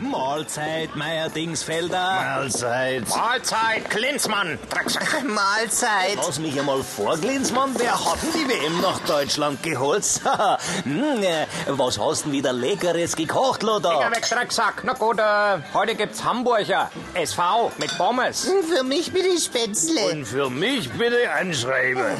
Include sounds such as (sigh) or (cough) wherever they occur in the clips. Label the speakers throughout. Speaker 1: Mahlzeit, Meier-Dingsfelder.
Speaker 2: Mahlzeit.
Speaker 3: Mahlzeit, Klinsmann. Drecksack. (laughs)
Speaker 1: Mahlzeit.
Speaker 2: Lass mich einmal vor, Glinsmann, wer hat denn die WM nach Deutschland geholt? (laughs) Hm, äh, Was hast denn wieder Leckeres gekocht, Lothar?
Speaker 3: Finger weg, Drecksack. Na gut, äh, heute gibt's Hamburger. SV mit Pommes.
Speaker 4: Für mich bitte Spätzle.
Speaker 2: Und für mich bitte ein Schreiber.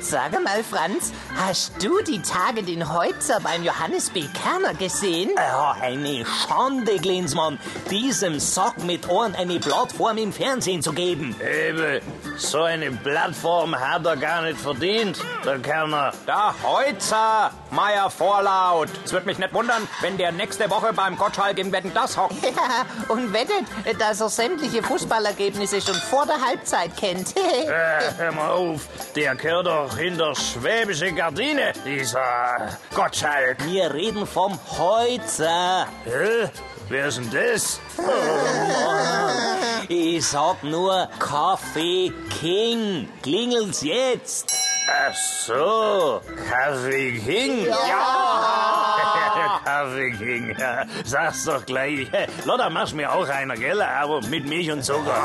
Speaker 4: Sag mal, Franz, hast du die Tage den Heutzer beim Johannes B. Kerner gesehen?
Speaker 1: Ja, eine Schande, Glinsmann, diesem Sack mit Ohren eine Plattform im Fernsehen zu geben.
Speaker 2: Eben, so eine Plattform hat er gar nicht verdient, der Kerner.
Speaker 3: Da Heuzer, Meier Vorlaut. Es wird mich nicht wundern, wenn der nächste Woche beim Gottschalk im Wetten das hockt.
Speaker 4: (laughs) Ja, und wettet, dass er sämtliche Fußballergebnisse schon vor der Halbzeit kennt. (laughs)
Speaker 2: Äh, hör mal auf, der gehört doch in der schwäbische Gardine, dieser Gottschalk.
Speaker 1: Wir reden vom Heuzer.
Speaker 2: Hä? Wer ist denn das?
Speaker 1: Ich sag nur Kaffee King. Klingelt's jetzt.
Speaker 2: Ach so, Kaffee King. (laughs) Ja! Kaffee King, ja. sag's doch gleich. (laughs) Lotta, mach's mir auch einer, gell? Aber mit Milch und Zucker.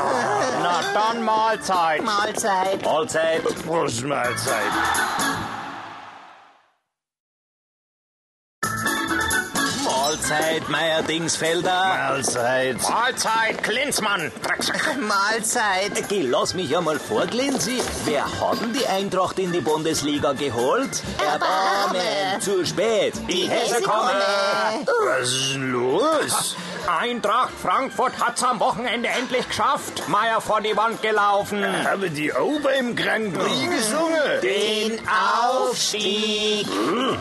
Speaker 3: Na dann Mahlzeit.
Speaker 4: Mahlzeit.
Speaker 1: Mahlzeit.
Speaker 2: Prost, Mahlzeit.
Speaker 1: Mahlzeit, Meier-Dingsfelder.
Speaker 2: Mahlzeit.
Speaker 3: Mahlzeit, Klinsmann. Drecksack.
Speaker 4: Mahlzeit.
Speaker 1: Geh, lass mich einmal vor, Glinzi. Wer hat denn die Eintracht in die Bundesliga geholt?
Speaker 4: Erbarmen.
Speaker 1: Zu spät.
Speaker 3: Die Hesse kommen.
Speaker 2: Was ist denn los?
Speaker 3: Eintracht Frankfurt hat's am Wochenende endlich geschafft. Meier vor die Wand gelaufen. Oh.
Speaker 2: Habe die auch beim Grand Prix gesungen?
Speaker 1: Den Aufstieg!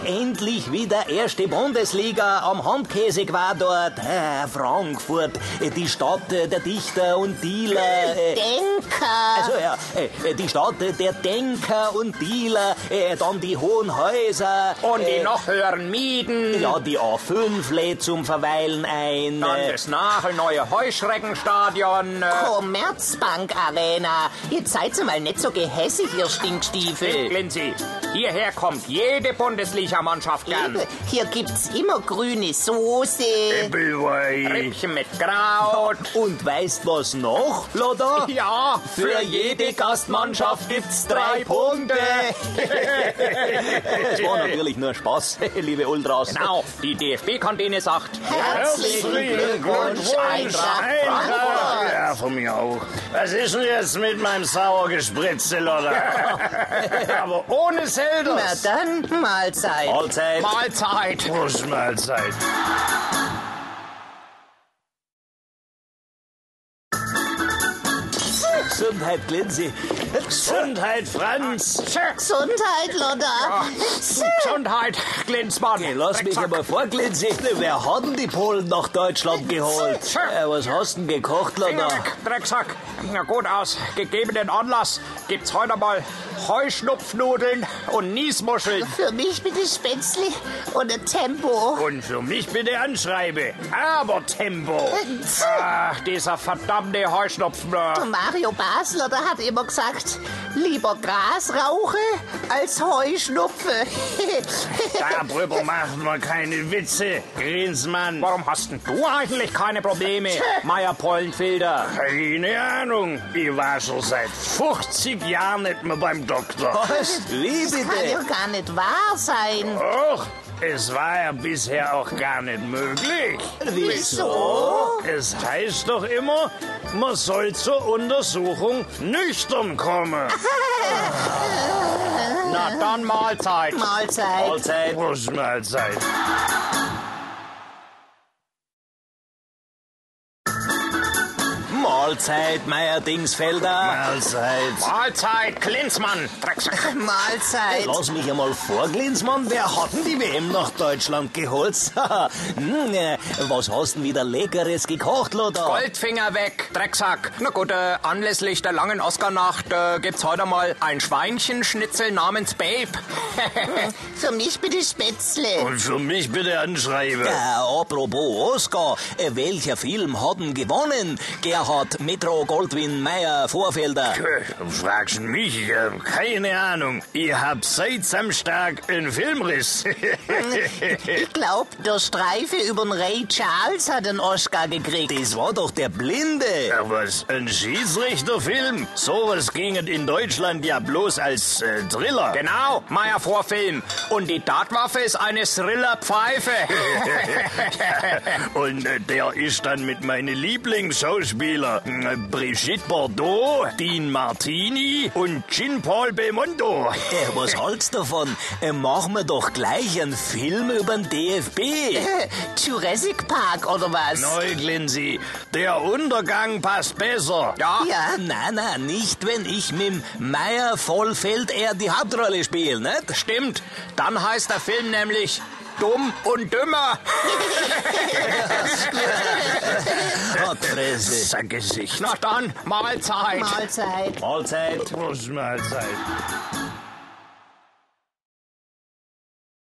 Speaker 1: Endlich wieder erste Bundesliga am Handkäsig war dort. Äh, Frankfurt, äh, die Stadt äh, der Dichter und Dealer. äh,
Speaker 4: Denker.
Speaker 3: Ah.
Speaker 1: Also ja, äh, die Stadt äh, der Denker und Dealer, äh, dann die hohen Häuser.
Speaker 3: Und die
Speaker 1: äh,
Speaker 3: noch höheren Mieten.
Speaker 1: Ja, die A5 lädt zum Verweilen ein.
Speaker 3: Dann
Speaker 1: äh,
Speaker 3: das nagelneue Heuschreckenstadion. Äh,
Speaker 4: Commerzbank Arena. Jetzt seid ihr mal nicht so gehässig, ihr
Speaker 1: Äh.
Speaker 4: Stinkstiefel.
Speaker 3: Lindsay, hierher kommt jede Bundesligamannschaft gern.
Speaker 4: Hier gibt's immer grüne Soße.
Speaker 2: Applewein.
Speaker 3: Rippchen mit Kraut.
Speaker 1: und weißt was noch, Loda?
Speaker 3: (laughs) Ja,
Speaker 1: Für jede Gastmannschaft gibt's drei Punkte. (laughs) Das war natürlich nur Spaß, (laughs) liebe Ultras.
Speaker 3: Genau, die DFB-Kantine sagt.
Speaker 4: Herzlichen Glückwunsch, Eintracht Frankfurt.
Speaker 2: Ja, von mir auch. Was ist denn jetzt mit meinem sauer gespritzte
Speaker 3: (laughs)
Speaker 2: Lotter? Aber ohne
Speaker 4: Na
Speaker 2: Selders.
Speaker 4: dann, Mahlzeit.
Speaker 1: Mahlzeit.
Speaker 3: Mahlzeit.
Speaker 2: Prost, Mahlzeit.
Speaker 1: Gesundheit, Glinzi.
Speaker 2: Gesundheit, Franz.
Speaker 4: Gesundheit, Lotta.
Speaker 3: Gesundheit, Glinsmann.
Speaker 1: Hey, lass mich
Speaker 3: Drecksack.
Speaker 1: einmal vor, Glinzi. Wer hat denn die Polen nach Deutschland geholt? Äh, was hast denn gekocht,
Speaker 3: Finger
Speaker 1: Loda?
Speaker 3: weg, Drecksack. Na gut, aus gegebenen Anlass gibt's heute mal Heuschnupfnudeln und Niesmuscheln.
Speaker 4: Für mich bitte Spätzle oder Tempo.
Speaker 2: Und für mich bitte anschreibe. Aber Tempo.
Speaker 3: Ach, dieser verdammte Heuschnupfen. äh.
Speaker 4: Mario Basler, der hat immer gesagt, lieber Gras rauche als Heuschnupfe.
Speaker 2: Darüber macht man keine Witze, Grinsmann.
Speaker 3: Warum hast denn du eigentlich keine Probleme, Meier Pollenfilter?
Speaker 2: Keine Ahnung. Ich war schon seit 50 Jahren nicht mehr beim Doktor.
Speaker 1: Was? Wie
Speaker 4: Kann ja
Speaker 1: bitte?
Speaker 4: gar nicht wahr sein.
Speaker 2: Och, es war ja bisher auch gar nicht möglich.
Speaker 4: Wieso?
Speaker 2: Es heißt doch immer, man soll zur Untersuchung nüchtern kommen.
Speaker 3: (laughs) Na dann Mahlzeit.
Speaker 4: Mahlzeit.
Speaker 1: Mahlzeit.
Speaker 2: Prost, Mahlzeit.
Speaker 1: Mahlzeit, Meier-Dingsfelder.
Speaker 2: Mahlzeit.
Speaker 3: Mahlzeit, Klinsmann. Drecksack.
Speaker 4: Mahlzeit.
Speaker 1: Lass mich einmal vor, Glinsmann, wer hat denn die WM nach Deutschland geholt? (laughs) Hm, äh, was hast denn wieder Leckeres gekocht, Lothar?
Speaker 3: Goldfinger weg, Drecksack. Na gut, äh, anlässlich der langen Oscarnacht äh, gibt's heute mal ein Schweinchenschnitzel namens Babe.
Speaker 4: Für mich bitte Spätzle.
Speaker 2: Und für mich bitte anschreibe.
Speaker 1: Äh, apropos Oscar, äh, welcher Film hat denn gewonnen? Gerhard Metro Goldwyn Mayer Vorfelder.
Speaker 2: Fragst mich? Ich hab keine Ahnung. Ich hab seit Samstag einen Filmriss. (laughs)
Speaker 4: Ich glaub, der Streife über den Ray Charles hat einen Oscar gekriegt.
Speaker 1: Das war doch der Blinde.
Speaker 2: Ja, Was, ein Schiedsrichterfilm? Sowas ginget in Deutschland ja bloß als äh, Thriller.
Speaker 3: Genau, Meier vor Film. Und die Tatwaffe ist eine Thriller-Pfeife.
Speaker 2: (laughs) Und äh, der ist dann mit meinen Lieblingsschauspieler äh, Brigitte Bardot, Dean Martini und Jean-Paul Belmondo.
Speaker 1: Äh, was halt's davon? Äh, machen wir doch gleich einen Film über den
Speaker 4: (laughs)
Speaker 1: DFB.
Speaker 4: Jurassic Park oder was?
Speaker 2: Neu, Glinsi, der Untergang passt besser.
Speaker 3: Ja,
Speaker 4: Ja,
Speaker 1: Nein, nein, nicht wenn ich mit dem Meier Vollfeld eher die Hauptrolle spiele, nicht?
Speaker 3: stimmt. Dann heißt der Film nämlich Dumm
Speaker 1: (laughs)
Speaker 3: und Dümmer. (laughs)
Speaker 1: Hat Fresse.
Speaker 2: Sein Gesicht.
Speaker 3: Na dann, Mahlzeit.
Speaker 4: Mahlzeit.
Speaker 1: Mahlzeit.
Speaker 2: Prost, Mahlzeit.